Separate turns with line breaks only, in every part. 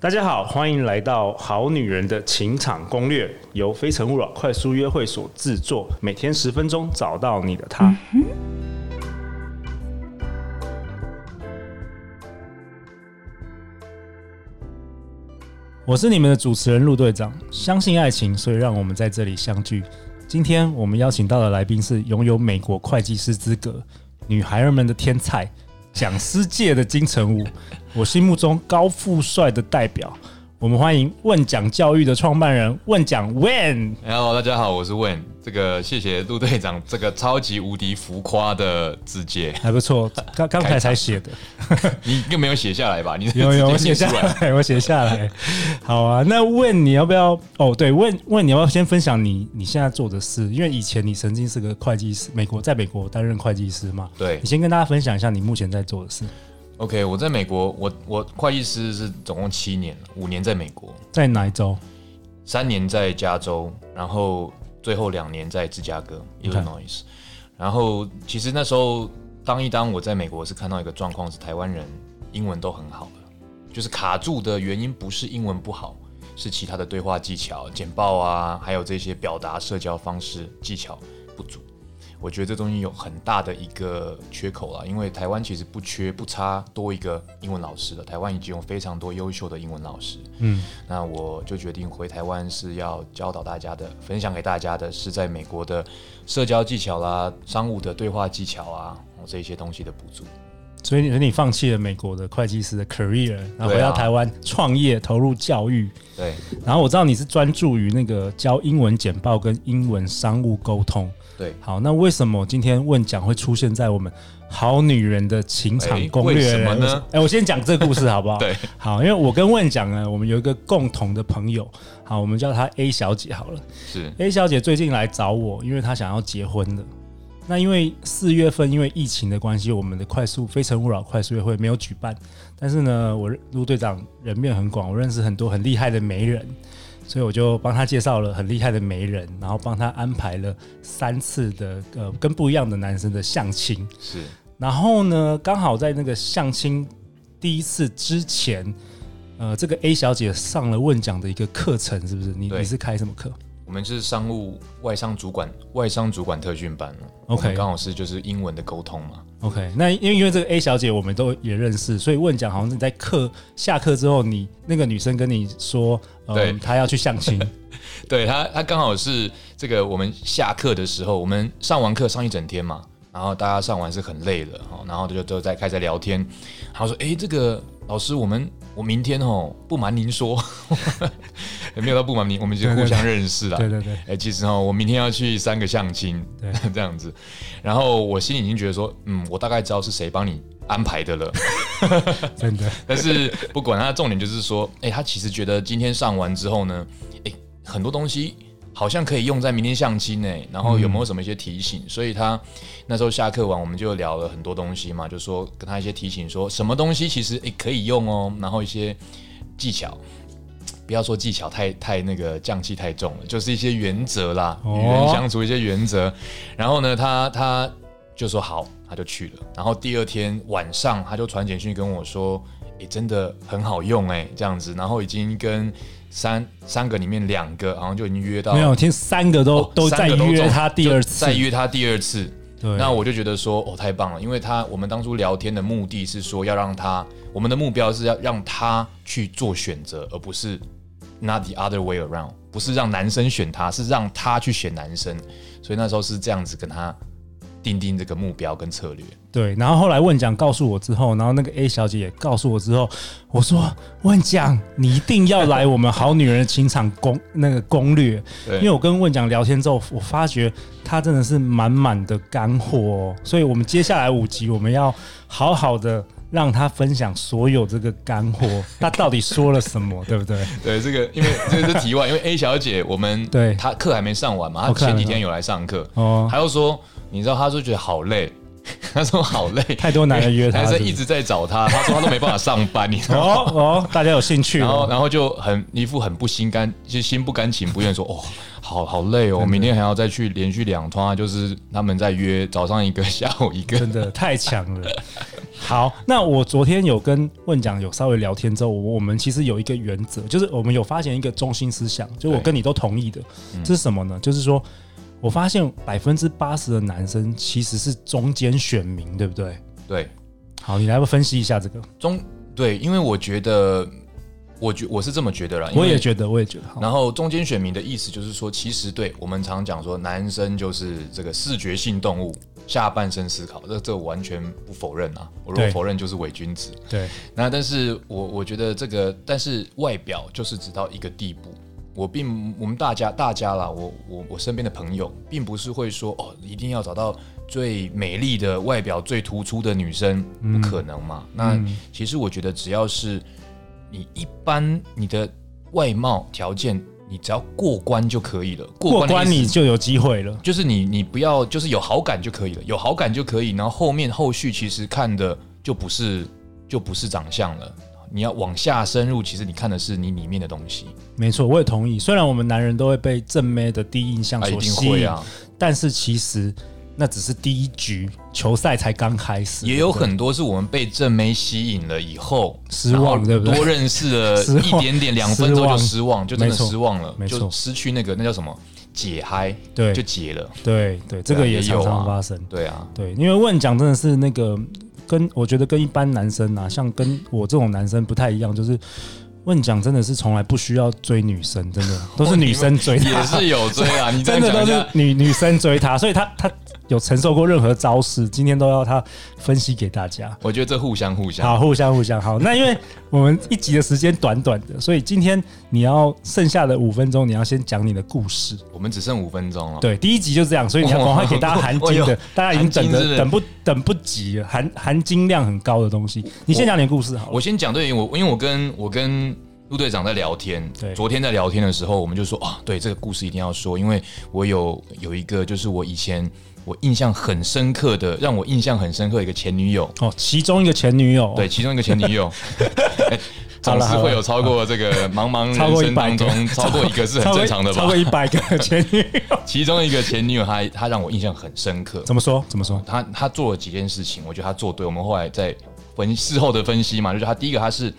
大家好，欢迎来到《好女人的情场攻略》，由非诚勿扰快速约会所制作，每天十分钟，找到你的他。我是你们的主持人陆队长，相信爱情，所以让我们在这里相聚。今天我们邀请到的来宾是拥有美国会计师资格、女孩儿们的天才、讲师界的金城武，我心目中高富帅的代表。我们欢迎问讲教育的创办人问讲 When。
Hello，大家好，我是 Wen。这个谢谢陆队长这个超级无敌浮夸的字节，
还不错，刚刚才才写的，
你更没有写下来吧？你是
有
直接
有我写
念
下
出来。
来，我写下来。好啊，那问你要不要？哦，对，问问你要不要先分享你你现在做的事？因为以前你曾经是个会计师，美国在美国担任会计师嘛。
对
你先跟大家分享一下你目前在做的事。
OK，我在美国，我我会计师是总共七年了，五年在美国，
在哪一周？
三年在加州，然后最后两年在芝加哥 （Illinois）。然后其实那时候当一当我在美国是看到一个状况是台湾人英文都很好的，就是卡住的原因不是英文不好，是其他的对话技巧、简报啊，还有这些表达、社交方式技巧不足。我觉得这东西有很大的一个缺口啊啦，因为台湾其实不缺不差多一个英文老师的，台湾已经有非常多优秀的英文老师。
嗯，
那我就决定回台湾是要教导大家的，分享给大家的是在美国的社交技巧啦、商务的对话技巧啊，哦这一些东西的补足。
所以你你放弃了美国的会计师的 career，然后回
对啊
到台湾创业，投入教育。
对，
然后我知道你是专注于那个教英文简报跟英文商务沟通。
对
好，那为什么今天问讲会出现在我们《好女人的情场攻略》
哎为什么呢
为哎，我先讲这个故事好不好？
对，
好，因为我跟问讲呢，我们有一个共同的朋友，好，我们叫她 A 小姐好了。
是
A 小姐最近来找我，因为她想要结婚了。那因为四月份因为疫情的关系，我们的快速非诚勿扰快速约会没有举办，但是呢，我陆队长人面很广，我认识很多很厉害的媒人，所以我就帮他介绍了很厉害的媒人，然后帮他安排了三次的呃跟不一样的男生的相亲。
是，
然后呢，刚好在那个相亲第一次之前，呃，这个 A 小姐上了问讲的一个课程，是不是？你
对
你是开什么课？
我们是商务外商主管外商主管特训班哦
OK
我们刚好是就是英文的沟通嘛。
OK，那因为因为这个 A 小姐我们都也认识，所以问讲好像是在课下课之后你，那个女生跟你说，呃
对，
她要去相 亲，
对他，他刚好是这个我们下课的时候，我们上完课上一整天嘛，然后大家上完是很累了，哦然后就就在开始聊天，然后说，诶，这个老师，我们我明天哦，不瞒您说， 也没有到不瞒您，我们就互相认识了。
对对对，
哎、其实哦，我明天要去三个相亲，
对
这样子，然后我心里已经觉得说，嗯，我大概知道是谁帮你安排的了。
真的，
但是不管他，重点就是说，哎、他其实觉得今天上完之后呢，哎、很多东西好像可以用在明天相亲呢、然后有没有什么一些提醒？所以他那时候下课完，我们就聊了很多东西嘛，就说跟他一些提醒说什么东西其实哎、可以用哦，然后一些技巧。不要说技巧太太那个降气太重了，就是一些原则啦，
哦
与人相处一些原则。然后呢，他他就说好，他就去了。然后第二天晚上，他就传简讯跟我说：“诶，真的很好用诶，这样子。”然后已经跟三三个里面两个，好像就已经约到
没有，听三个都、
哦
都
三
在
个都
约
中
她第
就
二次
再，约他第二次。
对，
那我就觉得说，哦，太棒了，因为他我们当初聊天的目的是说要让他，我们的目标是要让他去做选择，而不是 not the other way around，不是让男生选他，是让他去选男生。所以那时候是这样子跟他定定这个目标跟策略。
对，然后后来问讲告诉我之后，然后那个 A 小姐也告诉我之后，我说问讲，你一定要来我们好女人的情场攻那个攻略，
对
因为我跟问讲聊天之后，我发觉她真的是满满的干货、哦，所以我们接下来五集我们要好好的让她分享所有这个干货，她到底说了什么，对不对？
对，这个因为这个是题外，因为 A 小姐我 们
对
她课还没上完嘛，她
哦课还
前
没
几天有来上课，
哦，
她又说，你知道她说觉得好累， 她说好累，
太多男人约她
男
是不
生
是
一直在找她，她说她都没办法上班，你知道吗。
哦哦，大家有兴趣
然后，
哦？
然后就很一副很不心甘，就心不甘情不愿说：“哦，好好累哦，明天还要再去啊 连续两趟，就是他们在约早上一个，下午一个。
真的太强了。好，那我昨天有跟问讲有稍微聊天之后，我我们其实有一个原则，就是我们有发现一个中心思想，就我
对
跟你都同意的，
嗯
这是什么呢？就是说我发现百分之八十的男生其实是中间选民，对不对？
对，
好，你来分析一下这个。
中对，因为我觉得，我觉我是这么觉得啦，因为
我也觉得，我也觉得。好
然后中间选民的意思就是说，其实对我们常讲说，男生就是这个视觉性动物，下半身思考，这这我完全不否认啊。我如果
对
否认就是伪君子。
对，
那但是我我觉得这个，但是外表就是只到一个地步。我并我们大家大家啦，我我我身边的朋友，并不是会说哦，一定要找到最美丽的外表、最突出的女生，不可能嘛。那
嗯
其实我觉得，只要是你一般你的外貌条件，你只要过关就可以了。
过
的意
关
思
你就有机会了。
就是你你不要就是有好感就可以了，有好感就可以，然后后面后续其实看的就不是就不是长相了。你要往下深入，其实你看的是你里面的东西，
没错，我也同意。虽然我们男人都会被正妹的第一印象
啊，一
所
定
吸
会
引，
啊，
但是其实那只是第一局，球赛才刚开始，
也有
对不对
很多是我们被正妹吸引了以后
失望
然后
对不对
多认识 了
失望
一点点，两分钟就失望，就真的
没错
失望了
没，错
就失去那个那叫什么解嗨，
对
就解了，
对对，这个也
也有
常
啊
常发生。
对啊，
对，因为问讲真的是那个跟我觉得跟一般男生啊，像跟我这种男生不太一样，就是问讲真的是从来不需要追女生，真 的都是女生追他，
也是有追 啊，你这
真
样
的都
讲一
是
下，
女女生追他，所以他他有承受过任何招式，今天都要他分析给大家。
我觉得这互相互相，
好，互相互相好。那因为我们一集的时间短短的，所以今天你要剩下的五分钟，你要先讲你的故事。
我们只剩五分钟了，
对，第一集就这样，所以你要赶快给大家含金
我
的
有，
大家已经等
哦哎含金
的
是不是
等不等不及了，含含金量很高的东西。你先讲你的故事好了
我。先讲对，我因为我跟我跟陆队长在聊天
对，
昨天在聊天的时候，我们就说啊，对这个故事一定要说，因为我有有一个就是我以前我印象很深刻的，让我印象很深刻的一个前女友，
哦，其中一个前女友，哦
对，，其中一个前 女友。哎
好
总
了
是
好了
会有超过这个茫茫
超过
人
一
生
百
当
个
中，超过一个是很正常的
超
吧
过？一百个前女友，
其中一个前女友，她她让我印象很深刻。
怎么说？怎么说？
他他做了几件事情，我觉得他做对。我们后来在分事后的分析嘛，就是他第一个他是，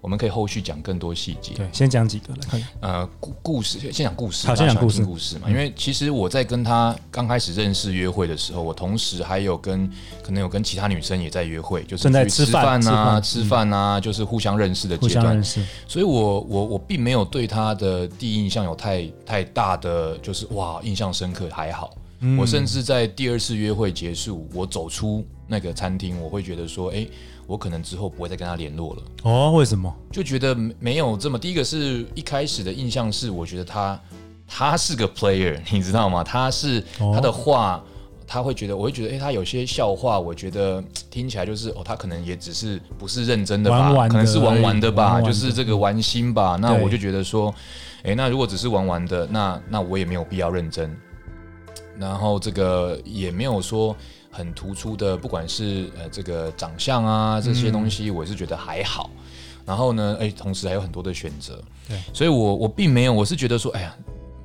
我们可以后续讲更多细节。
对，先讲几个来看。
呃，故故事先讲故事，
好
大家
先讲
喜欢
故事
听故事嘛。因为其实我在跟他刚开始认识约会的时候，我同时还有跟可能有跟其他女生也在约会，就是
正在
去
吃
吃
饭
啊、
吃
吃饭啊，就是互相认识的
互
阶
相
段
认。识，
所以我我我并没有对他的第一印象有太太大的就是哇印象深刻，还好。
嗯
我甚至在第二次约会结束，我走出那个餐厅，我会觉得说，哎、我可能之后不会再跟他联络了，
哦，为什么？
就觉得没没有这么。第一个是一开始的印象是，我觉得他他是个 player，你 知道吗？他是
哦
他的话。他会觉得，我会觉得，哎、他有些笑话，我觉得听起来就是，哦，他可能也只是不是认真的吧，
玩玩的
可能是玩玩的吧，
而已玩玩的
就是这个玩心吧。那
对
我就觉得说，哎、那如果只是玩玩的，那那我也没有必要认真。然后这个也没有说很突出的，不管是呃这个长相啊这
嗯
些东西，我是觉得还好。然后呢，哎，同时还有很多的选择，
对，
所以我我并没有，我是觉得说，哎呀，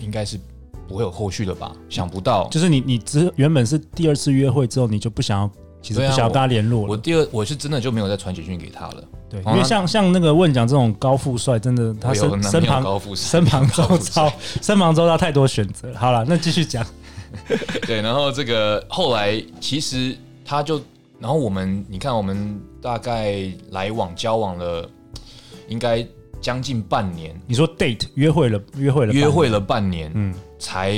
应该是不会有后续了吧？想不到，
就是你你只原本是第二次约会之后，你就不想要，其实不
对啊
想要跟他联络了
我。第二我是真的就没有再传简讯给他了，
对，
好
因为
那
像像那个问讲这种高富帅，真的他
我有
身
男
身
朋友
旁
高富帅
身旁周
高富
遭
帅
身旁周遭太多选择了。好了，那继续讲。
对，然后这个后来其实他就，然后我们你看我们大概来往交往了，应该将近半年，
你说 date 约会了，约会了，
约，会了半年，
嗯，
才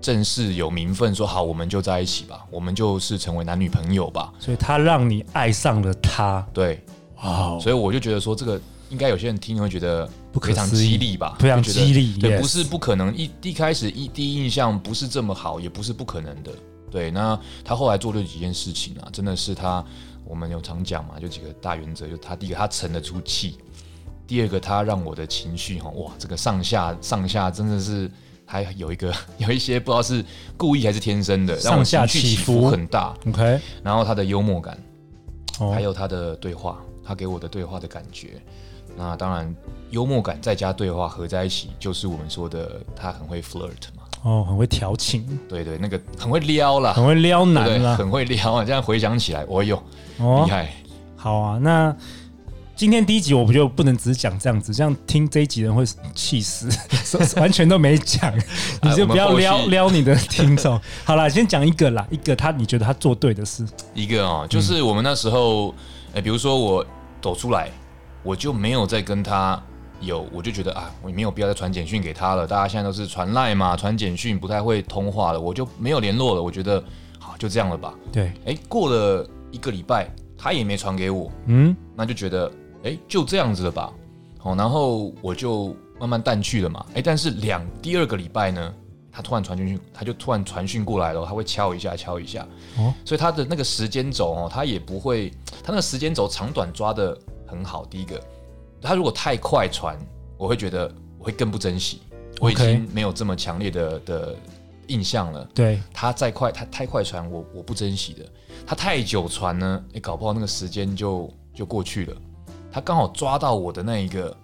正式有名分说好，我们就在一起吧，我们就是成为男女朋友吧。
所以他让你爱上了他，
对，
哇，
所以我就觉得说，这个应该有些人听会觉得
哦不可
非常
思议
激励吧，
非常
就觉得
激励
对
yes
不是不可能，一一开始一第一印象不是这么好，也不是不可能的。对，那他后来做了几件事情啊，真的是他，我们有常讲嘛，就几个大原则，就他第一个他沉得出气，第二个他让我的情绪哈，哇，这个上下上下真的是。还有一个有一些不知道是故意还是天生的，让我
上下
情绪
起
起
伏
伏很大。
，OK，
然后他的幽默感，
哦
还，有他的对话，他给我的对话的感觉。那当然，幽默感再加对话合在一起，就是我们说的他很会 flirt 嘛。
哦，很会调情，
对对，那个很会撩啦，
很会撩
对不
男
对
啦，
很会撩啊。这样回想起来，哦呦，
哦
厉，害！
好啊，那今天第一集我不就不能只讲这样子，这样听这一集人会气 死，完全都没讲，你就不要
哎我们
撩
后续
撩你的听众。好啦，先讲一个啦，一个他你觉得他做对的事，
一个
嗯
哦，就是我们那时候，呃、比如说我走出来，我就没有再跟他有，我就觉得啊，我没有必要再传简讯给他了。大家现在都是传赖嘛，传简讯不太会通话了，我就没有联络了。我觉得好，就这样了吧。
对，
哎、过了一个礼拜，他也没传给我，
嗯，
那就觉得哎、诶就这样子了吧。好，然后我就慢慢淡去了嘛。哎、但是两第二个礼拜呢，他突然传讯，他就突然传讯过来了，他会敲一下，敲一下。
哦
哦，所以他的那个时间轴哦，他也不会，他那个时间轴长短抓的很好。第一个，他如果太快传，我会觉得我会更不珍惜，我已
OK
经没有这么强烈的的印象了。
对，
他再快，他太快传我我不珍惜的，他太久传呢，哎、搞不好那个时间就就过去了。他刚好抓到我的那一个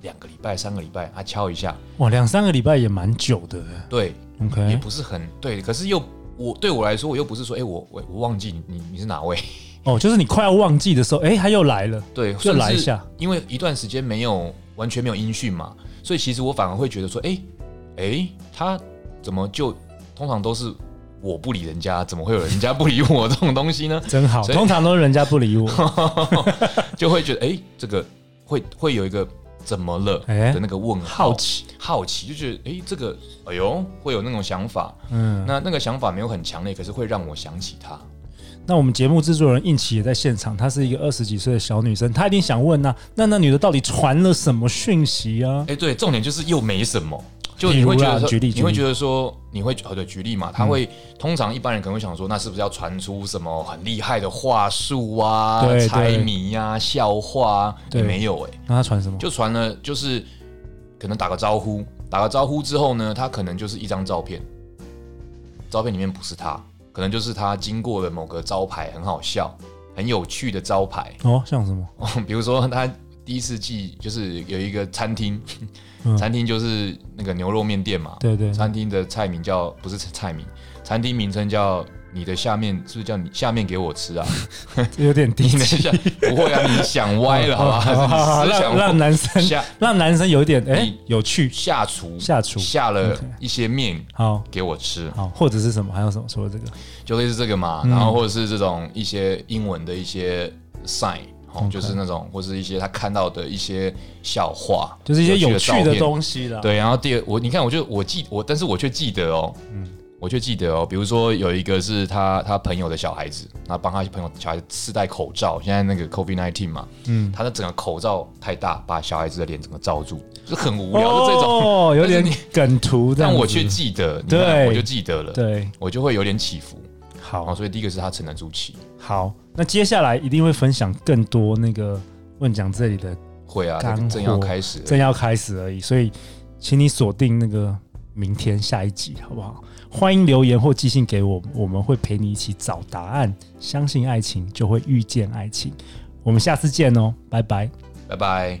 两个礼拜、三个礼拜，他啊敲一下，
哇，两三个礼拜也蛮久的
对，也
，OK，
不是很对，可是又我对我来说，我又不是说，哎、我我我忘记你你你是哪位，
哦，就是你快要忘记的时候，哎、他又来了，
对，
又
甚
来一
至
下，
因为一段时间没有完全没有音讯嘛，所以其实我反而会觉得说，哎、诶，他怎么就通常都是我不理人家，怎么会有人家不理我这种东西呢？
真好，
所以
通常都是人家不理我，
就会觉得哎、诶这个会会有一个怎么了
诶
的那个问号，
哎好奇，
好奇就觉得哎、诶这个哎呦会有那种想法，
嗯，
那那个想法没有很强烈，可是会让我想起他。
那我们节目制作人应琪也在现场，她是一个二十几岁的小女生，她一定想问呐、啊那那女的到底传了什么讯息啊
哎、？对，重点就是又没什么，就
比
你会
如
觉
啦
得说，
举例嗯举
你会
例
觉得说，你会哦对，举例嘛，他会、通常一般人可能会想说，那是不是要传出什么很厉害的话术啊
对、对
猜谜呀、笑话、啊？
对
也没有哎、
那她传什么？
就传了，就是可能打个招呼，打个招呼之后呢，他可能就是一张照片，照片里面不是他，可能就是他经过了某个招牌，很好笑、很有趣的招牌，
哦，像什么？
哦，比如说他第一次记就是有一个餐厅，
嗯
餐厅就是那个牛肉面店嘛，
对对，
餐厅的菜名叫不是菜名，餐厅名称叫你的下面是不是叫你下面给我吃 啊？
有点低哦
你的
级。
下不会啊，你想歪了好吧？你思
让
想
让男生
下
让男生有一点哎、
你
有趣，
下厨
下厨
下了
OK
一些面
好
给我吃，
好，或者是什么？还有什么？除了这个，
就类似这个嘛，
嗯
然后或者是这种一些英文的一些 sign。哦，
OK
就是那种，或是一些他看到的一些笑话，
就是一些有趣
照
的
片
东西啊啦。，
对，然后第二，我你看，我就我记我，但是我却记得哦，嗯，我却记得哦，比如说有一个是他他朋友的小孩子，他帮他朋友小孩子自戴口罩，现在那个 COVID nineteen 嘛，
嗯
嗯，他的整个口罩太大，把小孩子的脸整个罩住，就很无聊，就这种，
哦，有点
但是
梗图这样
但
子。
我却记得，你看
对
我就记得了，
对，
我就会有点起伏。哦，
好
所以第一个是他承得住气，
好，那接下来一定会分享更多那个问讲这里的
会啊，
干
这个正要
货
开始了，
正要开始而已，所以请你锁定那个明天下一集，好不好？欢迎留言或寄信给我，我们会陪你一起找答案。相信爱情，就会遇见爱情。我们下次见哦，拜拜。
拜拜。